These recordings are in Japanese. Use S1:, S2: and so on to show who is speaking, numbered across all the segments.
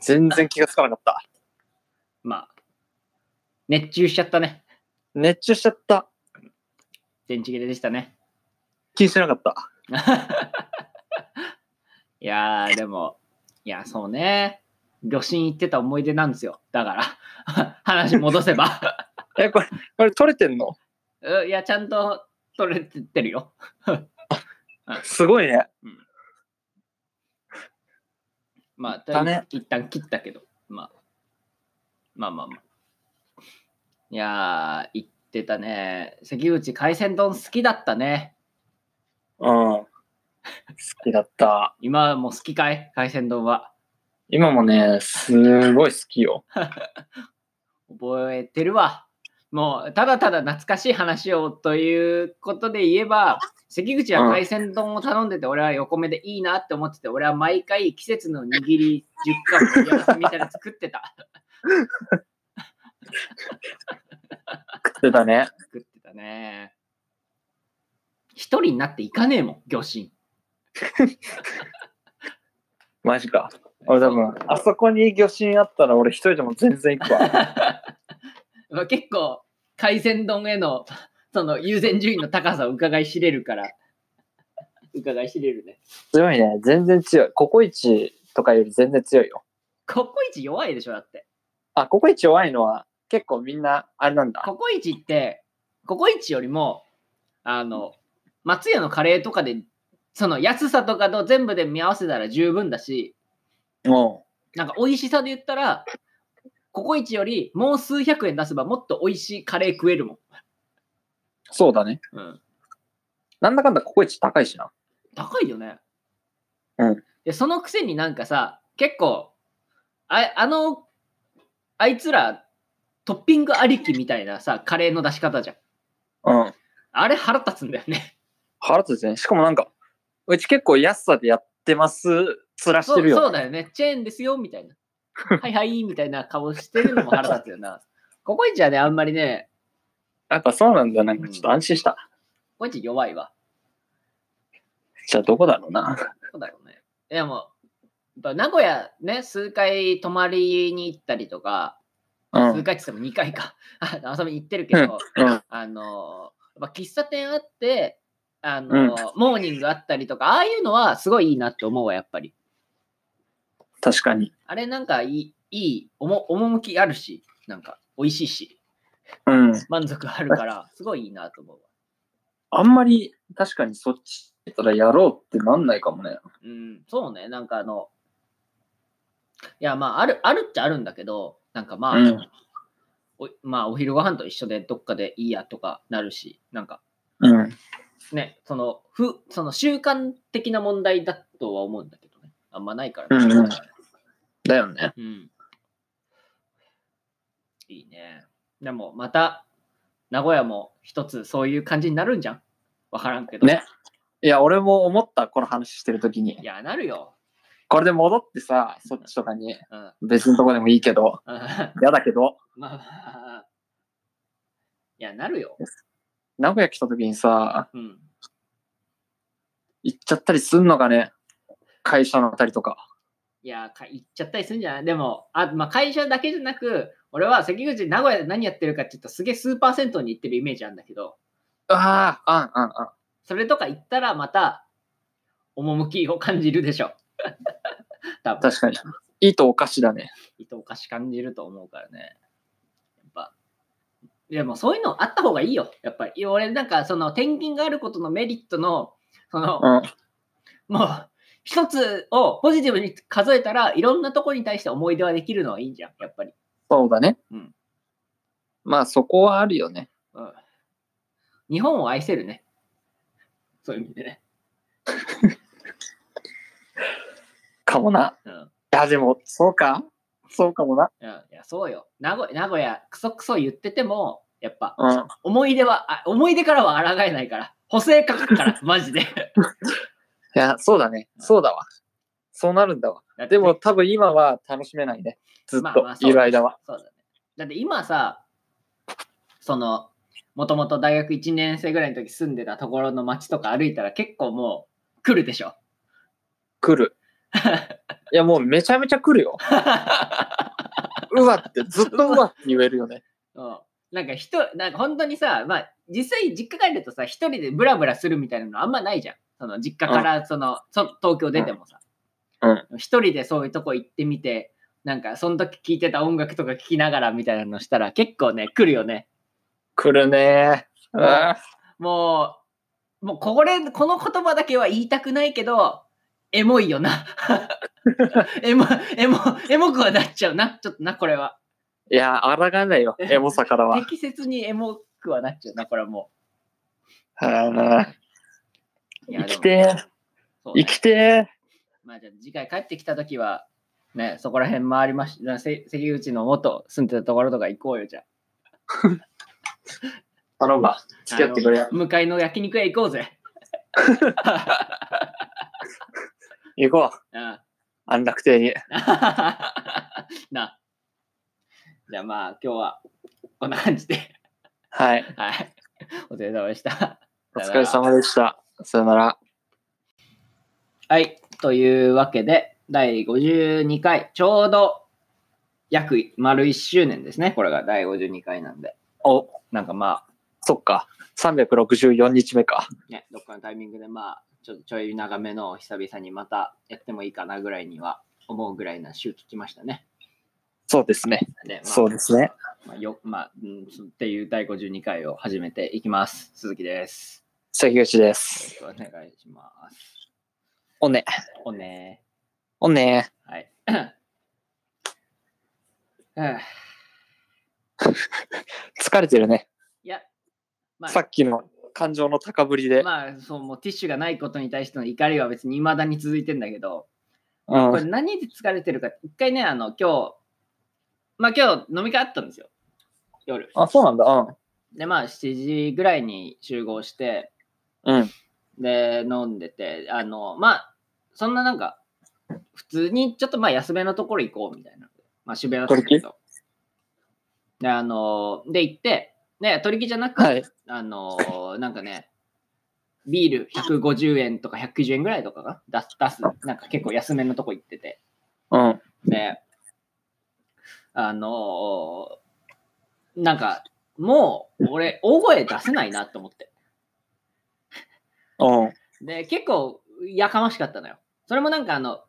S1: 全然気がつかなかった。
S2: まあ、熱中しちゃったね。
S1: 熱中しちゃった。
S2: 電池切れでしたね。
S1: 気にしてなかった。
S2: いやー、でも、いや、そうね。旅行行ってた思い出なんですよ。だから、 話戻せば。
S1: え、これ、これ取れてんの
S2: うんいや、ちゃんと取れてってるよ。
S1: すごいね。
S2: まあ、
S1: だね
S2: 一旦切ったけど、まあ、まあまあまあ。いやー、言ってたね。関口海鮮丼好きだったね。
S1: うん。好きだった。
S2: 今はもう好きかい海鮮丼は。
S1: 今もね、すごい好きよ。
S2: 覚えてるわ。もう、ただただ懐かしい話をということで言えば、関口は海鮮丼を頼んでて、俺は横目でいいなって思ってて、俺は毎回季節の握り10貫盛り合わせみたいなの作ってた。
S1: 食ってたね。
S2: 作ってたね。一人になっていかねえもん、魚心。
S1: マジか。俺多分、あそこに魚心あったら俺一人でも全然行くわ。
S2: まあ結構、海鮮丼へのその優先順位の高さを伺い知れるから、 伺い知れるね。
S1: 強いね。全然強い。ココイチとかより全然強いよ。
S2: ココイチ弱いでしょ、だって。
S1: あ、ココイチ弱いのは結構みんな、あれなんだ。
S2: ココイチって、ココイチよりも、あの、松屋のカレーとかで、その安さとかと全部で見合わせたら十分だし、
S1: うん。
S2: なんか美味しさで言ったら、ココイチよりもう数百円出せばもっと美味しいカレー食えるもん。
S1: そうだね。
S2: うん、
S1: なんだかんだココイチ高いしな。
S2: 高いよね。
S1: うん
S2: で、そのくせになんかさ、結構、ああの、あいつら、トッピングありきみたいなさ、カレーの出し方じゃん。
S1: うん。
S2: あれ腹立つんだよね。
S1: 腹立つね。しかもなんか、うち結構安さでやってます、つらしてるよ。
S2: そうそうだよね。チェーンですよ、みたい な。はいはい、みたいな顔してるのも腹立つよな。ココイチはね、あんまりね、
S1: やっぱそうなんだよ。なんかちょっと安心した。
S2: ココイチ弱いわ。
S1: じゃあどこだろうな。
S2: そうだろうね。でも、やっぱ名古屋ね、数回泊まりに行ったりとか、
S1: うん。う
S2: 数
S1: ん。
S2: 回って言っても2回か、 あ遊びに行ってるけど、あの、やっぱ喫茶店あって、あの、
S1: うん
S2: モーニングあったりとか、ああいうのはすごいいいなって思うわ、やっぱり。
S1: 確かに。
S2: あれなんかいい、いい、おも趣あるし、なんか美味しいし。
S1: うん。
S2: 満足あるから、すごいいいなと思うわ。
S1: あんまり、確かにそっち行ったらやろうってなんないかもね。
S2: うん、そうね、なんかあの、いや、まあ、ある、あるっちゃあるんだけど、なんかまあ、
S1: うん
S2: おまあ、お昼ご飯と一緒でどっかでいいやとかなるし、なんか
S1: うん。
S2: ね、その、ふ、その習慣的な問題だとは思うんだけどね。あんまないから、
S1: うんうんだよね。
S2: うんいいね。でも、また、名古屋も一つそういう感じになるんじゃんわからんけど。
S1: ね。いや、俺も思った、この話してるときに
S2: い。や、なるよ。
S1: これで戻ってさ、そっちとかに、
S2: うん。うん
S1: 別のとこでもいいけど、嫌だけど、
S2: まあまあまあまあ。いや、なるよ。
S1: 名古屋来たときにさ、
S2: うん。
S1: 行っちゃったりすんのかね。会社のあたりとか。
S2: いや、か行っちゃったりするんじゃないでも、あまあ、会社だけじゃなく、俺は関口、名古屋で何やってるかっていうと、すげえスーパー銭湯に行ってるイメージあるんだけど、
S1: ああ、あんあんあん。
S2: それとか行ったらまた、趣を感じるでしょ。 多分、
S1: 確かに。いいとお菓子だね。
S2: いとおかし感じると思うからね。やっぱ。でも、そういうのあった方がいいよ。やっぱり、俺なんか、その、転勤があることのメリットの、その、
S1: うん。
S2: もう、一つをポジティブに数えたらいろんなとこに対して思い出はできるのはいいんじゃん、やっぱり。
S1: そうだね。
S2: うん
S1: まあ、そこはあるよね。
S2: うん、日本を愛せるね。そういう意味でね。
S1: かもな。
S2: うん。
S1: いや、でも、そうか。そうかもな。
S2: うん、いや、そうよ。名古名古屋、クソクソ言ってても、やっぱ、
S1: うん。
S2: 思い出は、あ思い出からは抗えないから。補正かか るから、マジで。
S1: いや、そうだね。そうだわ。そうなるんだわ。
S2: だって
S1: でも、多分今は楽しめないね。ずっ
S2: まあ
S1: と
S2: まあ、そう
S1: いる間は。
S2: そうだね。だって今さ、その、もともと大学1年生ぐらいの時住んでたところの街とか歩いたら結構もう来るでしょ。
S1: 来る。いや、もうめちゃめちゃ来るよ。うわって、ずっとうわって言えるよね。
S2: うんなんか人、なんか本当にさ、まあ、実際実家帰るとさ、一人でブラブラするみたいなのあんまないじゃん。その実家からその、そ東京出てもさ
S1: うん、
S2: 一、人でそういうとこ行ってみて、なんかその時聴いてた音楽とか聴きながらみたいなのしたら結構ね、来るよね。
S1: 来るねー。あ
S2: もう、もうこれ、この言葉だけは言いたくないけど、エモいよな。 エモ、エモ、エモくはなっちゃうな。ちょっとな、これは。
S1: いや、抗えないよ、エモさからは。
S2: 適切にエモくはなっちゃうな、これはも
S1: あー
S2: う。いや
S1: 生きてー、
S2: そう
S1: 生
S2: ね
S1: きて
S2: まあじゃあ次回帰ってきた時は、ね、そこら辺回りまし、なせ関口の元住んでたところとか行こうよ、じゃ
S1: ー。頼むわ。付き合ってくれ
S2: あ。。向かいの焼肉屋行こうぜ。
S1: 行こう。
S2: うん
S1: 安楽亭に。
S2: な。じゃあまあ今日はこんな感じで、
S1: はい。
S2: はい。お疲れ様でした。
S1: お疲れ様でした。さよなら。
S2: はい。というわけで、第52回、ちょうど約丸1周年ですね。これが第52回なんで。
S1: お、
S2: なんかまあ、
S1: そっか。364日目か。
S2: ね、どっかのタイミングでまあ、ちょっとちょい長めのを久々にまたやってもいいかなぐらいには思うぐらいな週聞きましたね。
S1: そうですね。
S2: ねまあ、
S1: そうですね。
S2: まあよまあうん、そうっていう第52回を始めていきます。鈴木です。
S1: 関口で
S2: よろ
S1: す。
S2: しくお願いします。
S1: おね。
S2: おね
S1: おね。
S2: はい。はあ
S1: 疲れてるね。
S2: いや、ま
S1: さっきの感情の高ぶりで。
S2: あ、まあ、そう、もうティッシュがないことに対しての怒りは別に未だに続いてんだけど、こ
S1: う
S2: れ
S1: ん。
S2: 何で疲れてるか、一回ね、あの、今日、まあ今日飲み会あったんですよ。夜。
S1: あ、そうなんだ。うん。
S2: で、まあ7時ぐらいに集合して、
S1: うん。
S2: で、飲んでて、あの、まあ、そんななんか、普通にちょっとまあ安めのところ行こうみたいな。まあ渋谷だったんだけど。で、あの、で行って、ね、取り木じゃなく、
S1: はい。
S2: あの、なんかね、ビール150円とか190円ぐらいとかが出す、出す、なんか結構安めのとこ行ってて。
S1: うん。
S2: で、あのーなんか、もう、俺、大声出せないなと思って。
S1: うん。
S2: で、結構、やかましかったのよ。それもなんか、あの、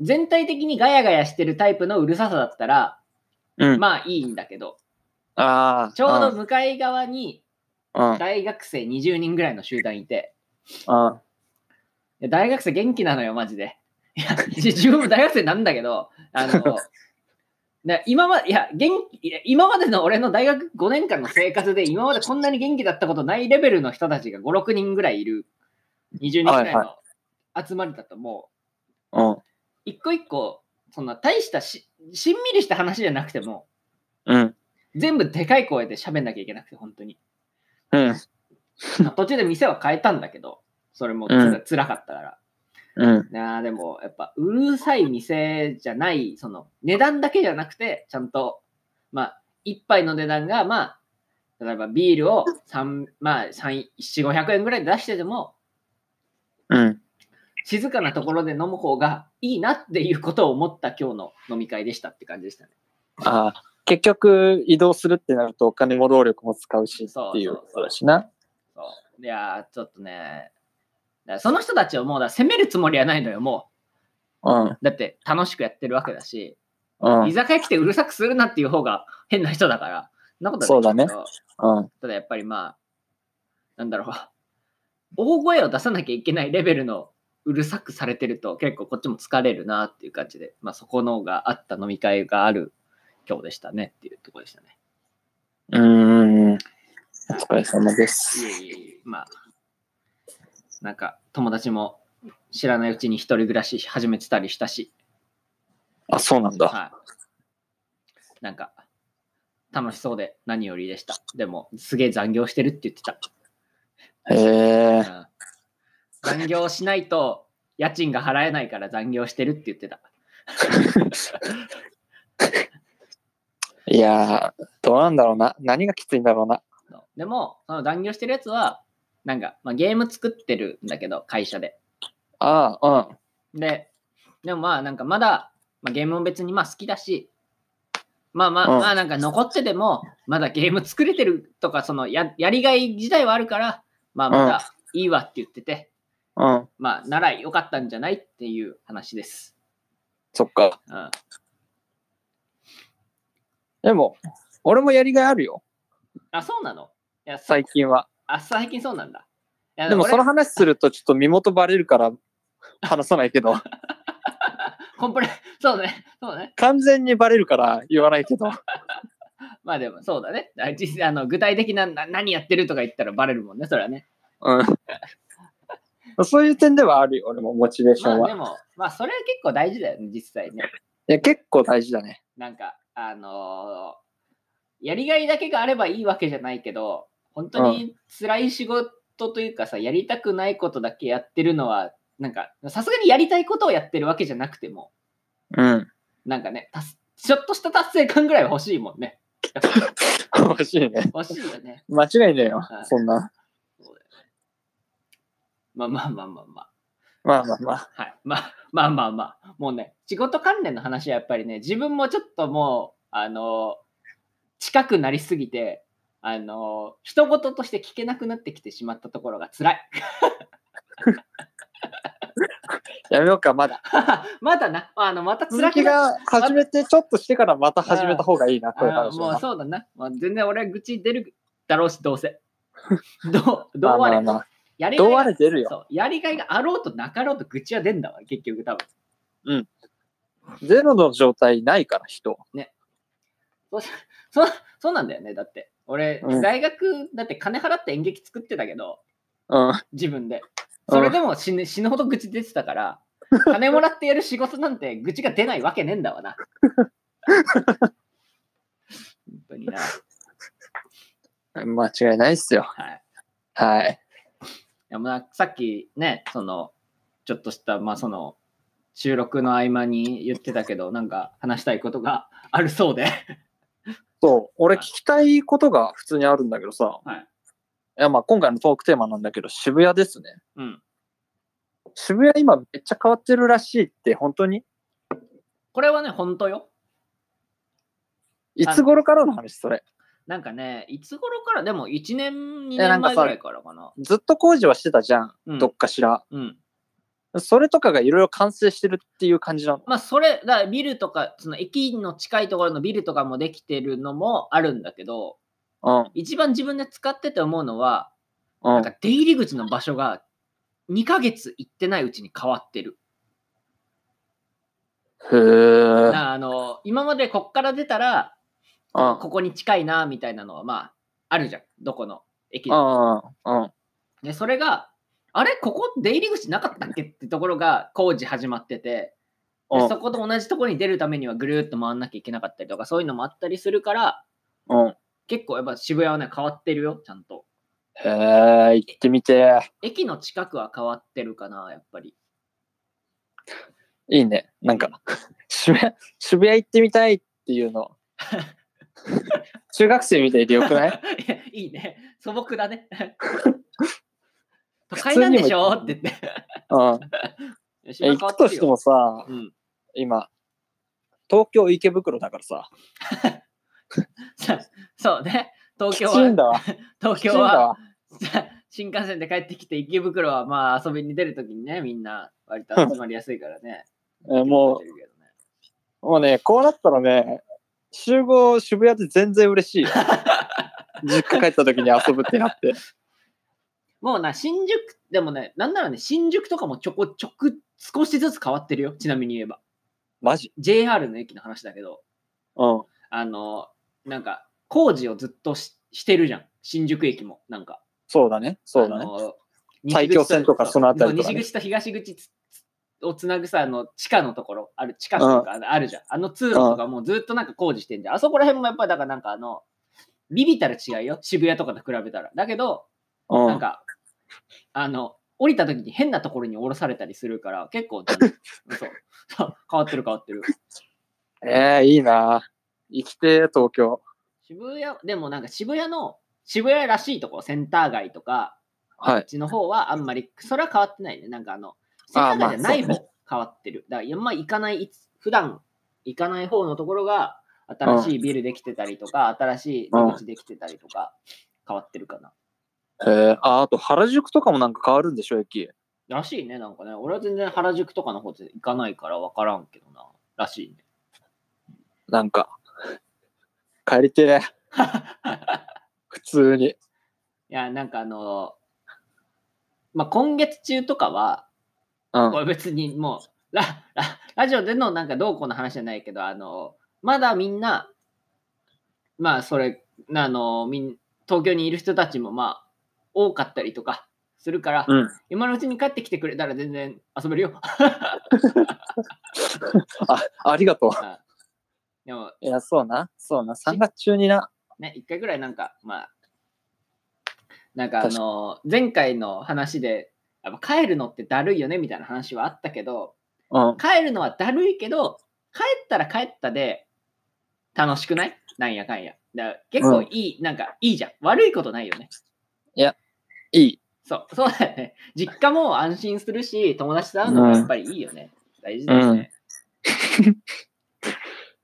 S2: 全体的にガヤガヤしてるタイプのうるささだったら、
S1: うん。
S2: まあいいんだけど、
S1: ああ。
S2: ちょうど向かい側に
S1: うん。うん。
S2: 大学生20人ぐらいの集団いて、
S1: うん。
S2: いや大学生元気なのよ、マジで。いや、じ自分も大学生なんだけど、あの、ね、今まで、いや、元気、いや今までの俺の大学5年間の生活で、今までこんなに元気だったことないレベルの人たちが5、6人ぐらいいる、20人ぐらいの集まりだと、も
S1: うん。
S2: う、一個一個、そんな大したし、しんみりした話じゃなくても、
S1: うん。
S2: 全部でかい声で喋んなきゃいけなくて、本当に。
S1: うん。
S2: まあ途中で店は変えたんだけど、それもつら,、
S1: うん
S2: 辛かったから。
S1: うん。
S2: なあでもやっぱうるさい店じゃないその値段だけじゃなくてちゃんとまあ一杯の値段がまあ例えばビールを3まあ3 4500円ぐらいで出してても
S1: うん。
S2: 静かなところで飲む方がいいなっていうことを思った今日の飲み会でしたって感じでしたね。
S1: ああ。結局、移動するってなるとお金も労力も使うしっていうことだしな。
S2: そういやーちょっとねだからその人たちをもうだ責めるつもりはないのよも
S1: うん。
S2: うだって楽しくやってるわけだし
S1: うん
S2: 居。酒屋来てうるさくするなっていう方が変な人だから、そんなこと
S1: そう
S2: は
S1: だね
S2: ないけど
S1: うん。
S2: ただやっぱりまあ、なんだろう、 大声を出さなきゃいけないレベルのうるさくされてると結構こっちも疲れるなっていう感じで、まあそこのがあった飲み会がある今日でしたねっていうところでしたね。
S1: うーん。お疲れ様です。
S2: いえいえいえ、まあ、なんか友達も知らないうちに一人暮らし始めてたりしたし、
S1: あ、そうなんだ。
S2: はい。なんか、楽しそうで何よりでした。でも、すげえ残業してるって言ってた。
S1: へえ。
S2: うん残業しないと、家賃が払えないから残業してるって言ってた。
S1: いやー、どうなんだろうな。何がきついんだろうな。
S2: でも、その残業してるやつは、なんか、まあ、ゲーム作ってるんだけど、会社で。
S1: ああ、
S2: で、でもまあなんかまだ、まあ、ゲームも別にまあ好きだし、まあまあ、
S1: うん
S2: まあなんか残ってても、まだゲーム作れてるとか、そのややりがい自体はあるから、まあまだいいわって言ってて、
S1: うん。
S2: まあなら良かったんじゃないっていう話です。
S1: そっか。
S2: うん、
S1: でも、俺もやりがいあるよ、
S2: あ、そうなのいや、最
S1: 最近は。
S2: あ最近そうなんだ。いや
S1: でも、
S2: 俺
S1: その話するとちょっと身元バレるから話さないけど、
S2: コンプレ、 そうね、そうね。
S1: 完全にバレるから言わないけど。
S2: まあでもそうだね。あ実際あの具体的なな何やってるとか言ったらバレるもんね、それはね。
S1: うん。そういう点ではあるよ、俺も、モチベーション
S2: まあ
S1: は。
S2: でも、まあそれは結構大事だよね、実際ね。
S1: いや、結構大事だね。
S2: なんか、あのーやりがいだけがあればいいわけじゃないけど、本当に辛い仕事というかさ、やりたくないことだけやってるのは、なんか、さすがにやりたいことをやってるわけじゃなくても、
S1: うん。
S2: なんかね、達ちょっとした達成感ぐらいは欲しいもんね。
S1: 欲しいね。
S2: 欲しいよね。
S1: 間違いねえよ
S2: は、い
S1: そんな。
S2: まあまあまあまあまあ。
S1: まあまあまあ。
S2: はい。まあまあまあまあ。もうね、仕事関連の話はやっぱりね、自分もちょっともう、あの、近くなりすぎて、あの、人事として聞けなくなってきてしまったところが辛い。
S1: やめようか、まだ。
S2: まだな、あの、また
S1: 続
S2: 辛
S1: き
S2: くなっ
S1: が始めてちょっとしてからまた始めた方がいいな、こういう
S2: あ
S1: 話
S2: もう
S1: は。
S2: そうだな。まあ、全然俺は愚痴出るだろうし、どうせ。 どう、ど う
S1: まあま
S2: あれ、
S1: あまあ。
S2: やりがい
S1: どう
S2: が
S1: あれ出るよ。
S2: そうやりがいがあろうとなかろうと愚痴は出んだわ、結局多分。
S1: ゼロの状態ないから、人。
S2: そそうなんだよね、だって。俺、
S1: うん
S2: 大学、だって金払って演劇作ってたけど、
S1: うん。
S2: 自分で。それでも死ぬ死ぬほど愚痴出て たから、金もらってやる仕事なんて愚痴が出ないわけねえんだわな。本当にな。
S1: 間違いないっすよ。
S2: はい。
S1: はい。
S2: いやまあ、さっきね、その、ちょっとした、まあその、収録の合間に言ってたけど、なんか話したいことがあるそうで。
S1: そう、俺聞きたいことが普通にあるんだけどさ、
S2: はい
S1: いやまあ今回のトークテーマなんだけど、渋谷ですね。
S2: うん。
S1: 渋谷今めっちゃ変わってるらしいって、本当に
S2: これはね、本当よ。
S1: いつ頃からの話それ。
S2: なんかね、いつ頃から、でも1年、2
S1: やな
S2: 年
S1: んか
S2: 前
S1: さ
S2: ぐらいからかな。
S1: ずっと工事はしてたじゃん、
S2: うん
S1: どっかしら。
S2: うん。
S1: それとかがいろいろ完成してるっていう感じなの。
S2: まあ、それ、だからビルとか、その駅の近いところのビルとかもできてるのもあるんだけど、
S1: うん。
S2: 一番自分で使ってて思うのは、
S1: う
S2: なんんか出入り口の場所が2ヶ月行ってないうちに変わってる。
S1: へ
S2: だ
S1: ー
S2: からあの今までこっから出た
S1: う
S2: ら、
S1: ん
S2: ここに近いなみたいなのは、まあ、あるじゃん、どこの駅で
S1: うん。うん。
S2: でそれが、あれ、ここ出入り口なかったっけってところが工事始まってて、で
S1: うん
S2: そこと同じところに出るためにはぐるーっと回んなきゃいけなかったりとか、そういうのもあったりするから、
S1: うん。
S2: 結構やっぱ渋谷はね、変わってるよ、ちゃんと。
S1: へー行ってみて。
S2: 駅の近くは変わってるかな、やっぱり。
S1: いいね。なんか、 渋谷、渋谷行ってみたいっていうの。 中学生みたいでよくない
S2: いやいいね、素朴 だね。都
S1: 普
S2: 会
S1: 通
S2: なん
S1: にも
S2: でしょって言っ
S1: うん。
S2: て。渋
S1: え
S2: 谷
S1: 行
S2: 変
S1: く
S2: わって
S1: と
S2: る
S1: して
S2: よ。
S1: もさ、
S2: うん、
S1: 今、東京池袋だからさ、
S2: さそうね、東
S1: き
S2: 京
S1: ついん
S2: は、
S1: だわ。き
S2: 東
S1: ついんだ
S2: 京は
S1: わ。
S2: さ新幹線で帰ってきて池袋はまあ遊びに出るときにねみんな割と集まりやすいからね
S1: えも
S2: 出てるけどね
S1: う、もうね、こうなったらね、集合渋谷で全然嬉しい よ。実家帰った時に遊ぶってなって。
S2: もうな新宿でもねなんならね新宿とかもちょこちょく少しずつ変わってるよちなみに言えば
S1: マジ
S2: JR の駅の話だけど
S1: うん。
S2: あのなんか工事をずっとししてるじゃん新宿駅もなんか
S1: そうだね。そうだ
S2: あ
S1: ね。
S2: の
S1: 埼京線とかその辺りとかね
S2: 西口と東口つつをつなぐさ、あの地下のところ、ある地下とかあるじゃん。あの通路とかもうずっとなんか工事してんじゃん。あそこら辺もやっぱりだからなんかあの、ビビたる違いよ、渋谷とかと比べたら。だけど、
S1: う
S2: なん
S1: ん。
S2: か、あの、降りた時に変なところに降ろされたりするから、結構、そうそう、変わってる変わってる。
S1: えー、いいな行きてー、東京。
S2: 渋谷、でもなんか渋谷の、渋谷らしいところ、センター街とか、
S1: は
S2: こ
S1: い
S2: っ。ちの方はあんまり、それは変わってないね。なんかあの、セン
S1: あー
S2: ター街じゃない
S1: ま
S2: 方
S1: あ
S2: 変わってる。だから、まあ、行かないいつ、普段行かない方のところが、新しいビルできてたりとか、新しい出口できてたりとか、変わってるかな。
S1: えー、あ、あと原宿とかもなんか変わるんでしょ、駅。
S2: らしいね、なんかね。俺は全然原宿とかの方で行かないから分からんけどな。らしいね。
S1: なんか。帰りてえ、 普通に。
S2: いや、なんかあの、まあ、今月中とかは、
S1: うん。
S2: これ別にもう、ラララジオでのなんかどうこうの話じゃないけど、あの、まだみんな、まあ、それ、あの、みん東京にいる人たちも、まあ、多かったりとかするから、
S1: うん。
S2: 今のうちに帰ってきてくれたら全然遊べ るよ。
S1: あ、ありがとう。
S2: でも、
S1: いや、そうな。そうな。3月中にな。
S2: ね、一回ぐらいなんか、まあ、なんかあの、前回の話で、やっぱ帰るのってだるいよねみたいな話はあったけど、
S1: うん。
S2: 帰るのはだるいけど、帰ったら帰ったで楽しくないなんやかんや。だから結構いい、なんかいいじゃん。悪いことないよね。
S1: いい。
S2: そう、そうだよね。実家も安心するし、友達と会うのもやっぱりいいよね。大事だよね。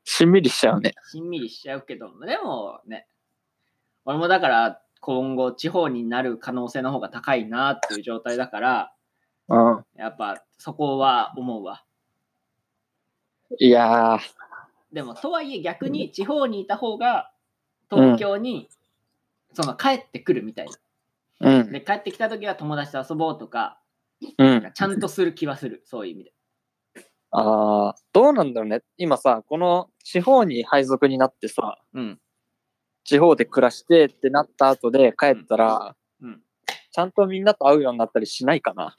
S1: しんみりしちゃうね。
S2: しんみりしちゃうけど、でもね、俺もだから今後地方になる可能性の方が高いなっていう状態だから、
S1: うん。
S2: やっぱそこは思うわ。
S1: いやー、
S2: でもとはいえ逆に地方にいた方が東京に、その帰ってくるみたいな。
S1: うん。
S2: で帰ってきた時は友達と遊ぼうとか、
S1: うん。
S2: ちゃんとする気はする、そういう意味で。
S1: あー、どうなんだろうね。今さ、この地方に配属になってさ、
S2: うん。
S1: 地方で暮らしてってなった後で帰ったら、
S2: うん、
S1: ちゃんとみんなと会うようになったりしないかな。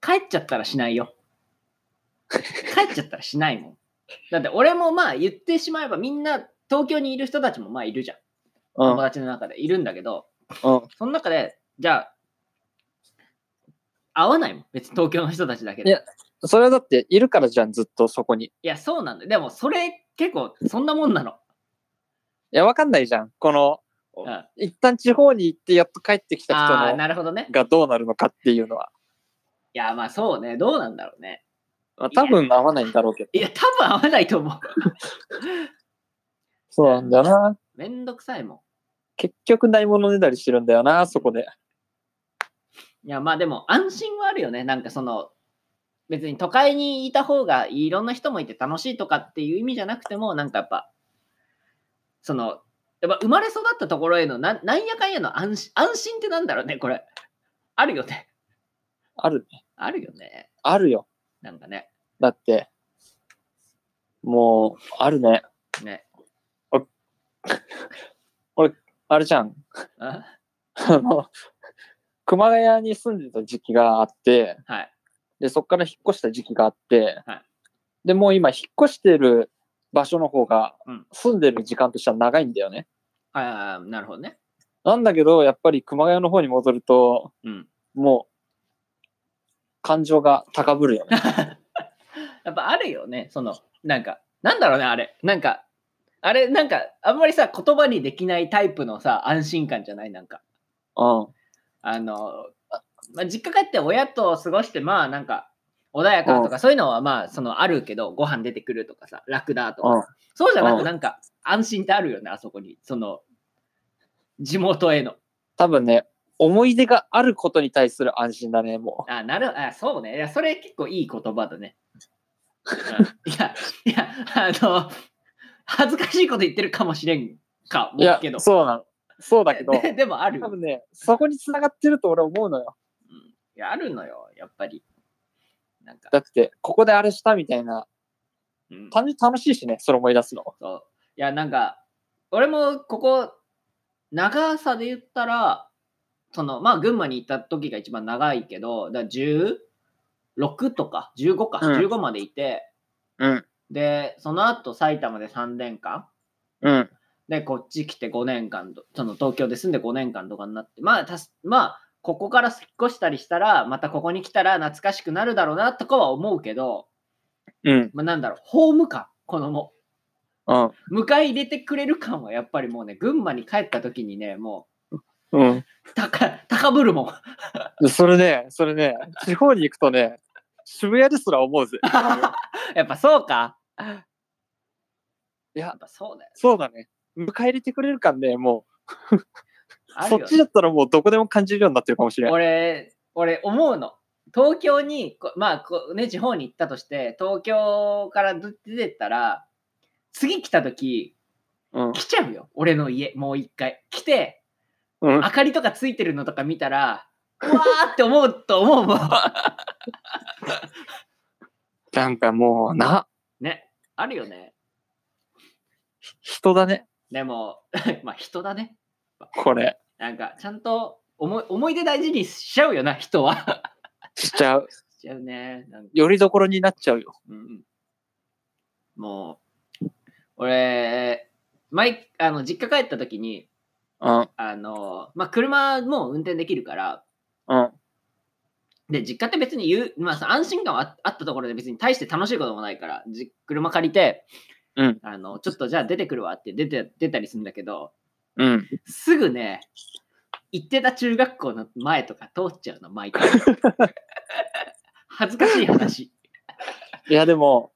S2: 帰っちゃったらしないよ。 帰っちゃったらしないもん。だって俺もまあ言ってしまえばみんな東京にいる人たちもまあいるじゃん。
S1: う
S2: 友
S1: ん。
S2: 達の中でいるんだけど、
S1: うん。
S2: その中で、じゃあ、会わないもん。別に東京の人たちだけで。
S1: い
S2: い
S1: や
S2: や、
S1: それはだっているからじゃん、ずっとそこに。い
S2: そうなんだよ。でも、それ結構、そんなもんなの。
S1: や、わかんないじゃん。この、
S2: うん、あ
S1: 一旦地方に行ってやっと帰ってきた
S2: あ
S1: 人
S2: ー、
S1: の
S2: なるほどね。
S1: がどうなるのかっていうのは。
S2: いや、まあそうね。どうなんだろうね。
S1: まあ、多分合わないんだろうけど。
S2: いや、多分会わないと思う。
S1: そうなんだよな。
S2: めんどくさいも
S1: 結局ないものねだりしてるんだよな、そこで。
S2: ん。いや、まあでも、安心はあるよね。なんかその、別に都会にいた方がいろんな人もいて楽しいとかっていう意味じゃなくても、なんかやっぱ、その、やっぱ生まれ育ったところへのな、なんやかんやの安心、安心ってなんだろうね、これ。あるよね。
S1: あるね。
S2: あるよね。
S1: あるよ。
S2: なんかね。
S1: だって、もう、あるね。
S2: ね。
S1: あれじゃん。
S2: あ
S1: あの、熊谷に住んでた時期があって、
S2: はい。
S1: で、そこから引っ越した時期があって、
S2: はい
S1: で、もう今、引っ越してる場所の方が
S2: うん、
S1: 住んでる時間としては長いんだよね。
S2: ああ、なるほどね。
S1: なんだけど、やっぱり熊谷の方に戻ると、
S2: うん。
S1: もう、感情が高ぶるよね。
S2: やっぱあるよね。その、なんか、なんだろうね、あれ。なんか、あれ、なんか、あんまりさ、言葉にできないタイプのさ、安心感じゃないなんか。
S1: うん。
S2: あの、まあ、実家帰って親と過ごして、まあ、なんか、穏やかと
S1: う
S2: か、そういうのはまあ、その、あるけど、ご飯出てくるとかさ、楽だと
S1: う
S2: か
S1: ん
S2: さ。そうじゃな
S1: う
S2: く、
S1: ん
S2: なんか、安心ってあるよね、あそこに。その、地元への。
S1: 多分ね、思い出があることに対する安心だね、も
S2: あ、なるあ、そうね。いや、それ結構いい言葉 だね。うんいや、いや、あの、恥ずかしいこと言ってるかもしれんか
S1: う。い
S2: も
S1: や
S2: けど、。
S1: そうなの。そうだけ ど、
S2: ででもある
S1: 多
S2: よ、うん
S1: 分ね、そこに繋がってると俺思うのよ。
S2: いや、あるのよ、やっぱり。なんか、
S1: だって、ここであれしたみたいな、
S2: うん、
S1: 単純に楽しいしね、それ思い出すの。
S2: そう。いや、なんか、俺もここ、長さで言ったら、その、まあ、群馬に行った時が一番長いけど、だから16とか、15か、
S1: うん
S2: 15までいて、
S1: うん。
S2: で、その後埼玉で3年間、
S1: うん。
S2: で、こっち来て5年間と、その東京で住んで5年間とかになって、まあ、たすまあ、ここから引っ越したりしたら、またここに来たら懐かしくなるだろうなとかは思うけど、
S1: うん。
S2: まあ、なんだろう、ホーム感、このも
S1: うん。
S2: う、迎え入れてくれる感はやっぱりもうね、群馬に帰った時にね、も
S1: うん
S2: う、高、高ぶるもん。
S1: で。それね、それね、地方に行くとね、渋谷ですら思うぜ。
S2: やっぱそうか。
S1: いや
S2: やっぱそうだよ。
S1: そうだね。迎え入れてくれるかんね、もう。
S2: ある
S1: そ
S2: よ
S1: っちだったらもうどこでも感じるようになってるかもしれない。
S2: 俺、俺思うの。東京に、こまあこうね、地方に行ったとして、東京から出てったら、次来た時、
S1: うん。
S2: 来ちゃうよ。俺の家、もう一回。来て、
S1: うん
S2: 明かりとかついてるのとか見たら、うわーって思うと思うもん。
S1: なんかもうな、
S2: ね、あるよね。
S1: 人だね、
S2: でも、 まあ人だね。
S1: これ。
S2: なんか、ちゃんと思い思い出大事にしちゃうよな、人は。
S1: しちゃう。
S2: しちゃうね。なんか
S1: よりどころになっちゃうよ。
S2: うんうんもう、俺、毎あの実家帰った時に、
S1: うん。
S2: あのまあ、車も運転できるから、
S1: うん。
S2: で、実家って別に言う、まあさ、安心感はああったところで別に大して楽しいこともないから、じ車借りて、
S1: うん
S2: あの、ちょっとじゃあ出てくるわって出て出たりするんだけど、
S1: うん。
S2: すぐね、行ってた中学校の前とか通っちゃうの、毎回。恥ずかしい話。
S1: いや、でも、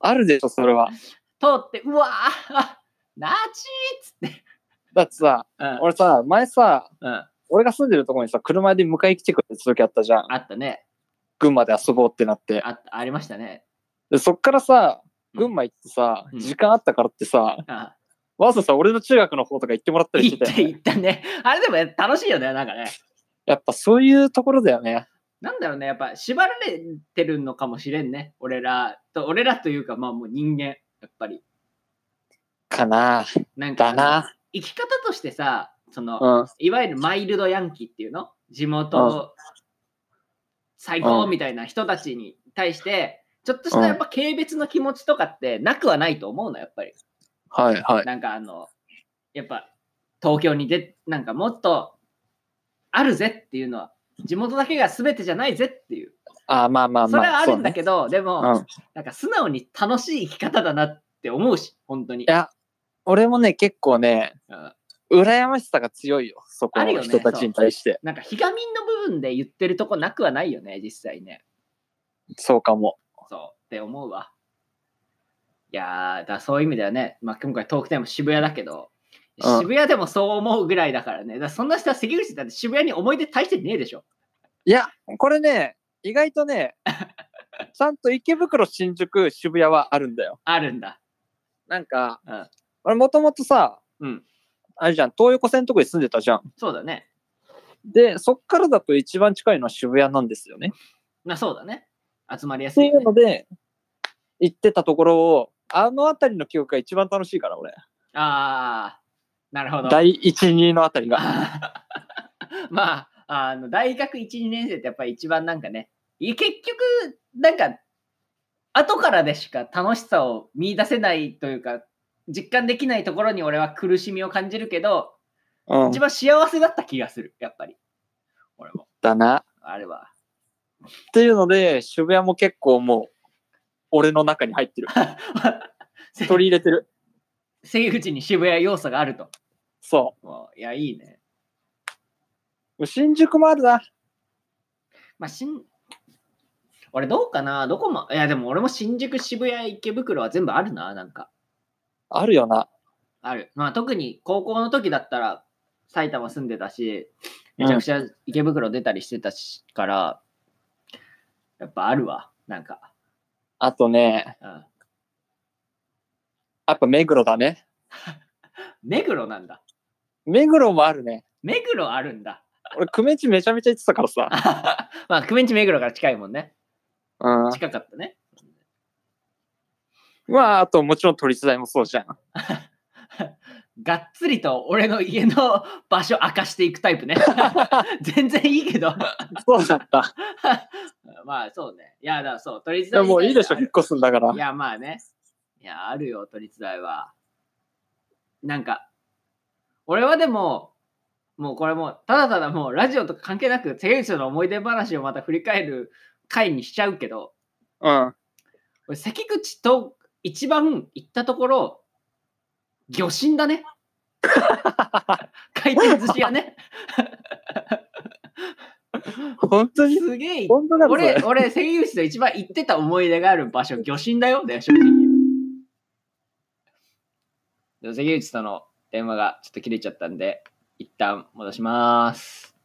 S1: あるでしょ、それは。
S2: 通って、うわー あナチーっつって。
S1: だってさ、
S2: うん
S1: 俺さ、前さ、
S2: うん、あ
S1: 俺が住んでるところにさ、車で迎えに来てくれた時あったじゃん。
S2: ったね。
S1: 群馬で遊ぼうってなって。
S2: あったありましたね。
S1: で、そっからさ、
S2: うん
S1: 群馬行ってさ、
S2: うん
S1: 時間あったからってさ、
S2: あ
S1: わざわざ俺の中学の方とか行ってもらったりし
S2: 行ってた
S1: て。
S2: 行ったね。あれでもね楽しいよね、なんかね。
S1: やっぱそういうところだよね。
S2: なんだろうね、やっぱ縛られてるのかもしれんね。俺らと、俺らというか、まあもう人間、やっぱり。
S1: かな
S2: なんか
S1: だな。
S2: 生き方としてさ、その、
S1: うん。
S2: いわゆるマイルドヤンキーっていうの地元最高みたいな人たちに対して、ちょっとしたやっぱ軽蔑の気持ちとかってなくはないと思うの、やっぱり。
S1: はいはい。
S2: なんかあの、やっぱ東京に出、なんかもっとあるぜっていうのは、地元だけが全てじゃないぜっていう。
S1: あまあまあまあ。
S2: それはあるんだ
S1: ど。
S2: けど、でも、
S1: うん。い
S2: なんか素直に楽しい生き方だなって思うし、本当に。
S1: や、俺もね、結構ね、
S2: うん
S1: 羨ましさが強いよ。そこ
S2: あるよ
S1: の
S2: ね
S1: 人たちに対して。
S2: なんか、ひがみんの部分で言ってるとこなくはないよね、実際ね。
S1: そうかも。
S2: そうって思うわ。いやー、だそういう意味ではね、まあ、今回トークテーマ渋谷だけど、
S1: うん
S2: 渋谷でもそう思うぐらいだからね、だからそんな人は関口だって渋谷に思い出大してねえでしょ。
S1: いや、これね、意外と ね、ちゃんと池袋、新宿、渋谷はあるんだよ。
S2: あるんだ。
S1: なんか、
S2: うん
S1: 俺もともとさ、
S2: うん
S1: あれじゃん、東横線のとこに住んでたじゃん。
S2: そうだね。
S1: で、そっからだと一番近いのは渋谷なんですよね。
S2: まあそうだね。集まりや
S1: っ
S2: す
S1: て
S2: い
S1: いう
S2: よね、
S1: ので、行ってたところを、あの辺りの記憶が一番楽しいから、俺。
S2: あー、なるほど。
S1: 第1、2のあたりが。
S2: あー まあ、あの大学1、2年生ってやっぱり一番なんかね、い結局、なんか、後からでしか楽しさを見出せないというか、実感できないところに俺は苦しみを感じるけど、
S1: うん
S2: 一。番幸せだった気がする、やっぱり。俺も、
S1: だな。
S2: あれは。
S1: っていうので、渋谷も結構もう、俺の中に入っ てる。
S2: せ
S1: 取り入れてる。
S2: 関口に渋谷要素があると。
S1: そ
S2: もういや、いいね。
S1: う。新宿もあるな。
S2: まあ、しん俺どうかなどこも、いや、でも俺も新宿、渋谷、池袋は全部あるな、なんか。
S1: あるよな。
S2: ある。まあ特に高校の時だったら埼玉住んでたし、めちゃくちゃ池袋出たりしてたしから、やっぱあるわ。なんか。
S1: あとね、
S2: うん、
S1: やっぱ目黒だね。
S2: 目黒なんだ。
S1: 目黒もあるね。
S2: 目黒あるんだ。
S1: 俺、久米地めちゃめちゃ行ってたからさ。
S2: まあ、久米地目黒から近いもんね。
S1: うん。
S2: 近かったね。
S1: まあ、あともちろん都立大もそうじゃん。
S2: がっつりと俺の家の場所明かしていくタイプね。 全然いいけど。
S1: そうだった。
S2: まあそうね。いや、だからそう、とりあえず
S1: でももういいでしょ、引っ越すんだから
S2: い。や、まあね。いや、あるよ、都立大は。なんか、俺はでも、もうこれもう、ただただもう、ラジオとか関係なく、関口との思い出話をまた振り返る回にしちゃうけど、
S1: うん。
S2: 俺関口と一番行ったところ、魚心 だね。回転寿司屋ね。
S1: 本当に
S2: すげえ行っ
S1: 本当なのそ
S2: 俺
S1: れ、
S2: 俺、関口と一番行ってた思い出がある場 所、魚心だよ、ね、正直。でも関口との電話がちょっと切れちゃったんで、一旦戻します。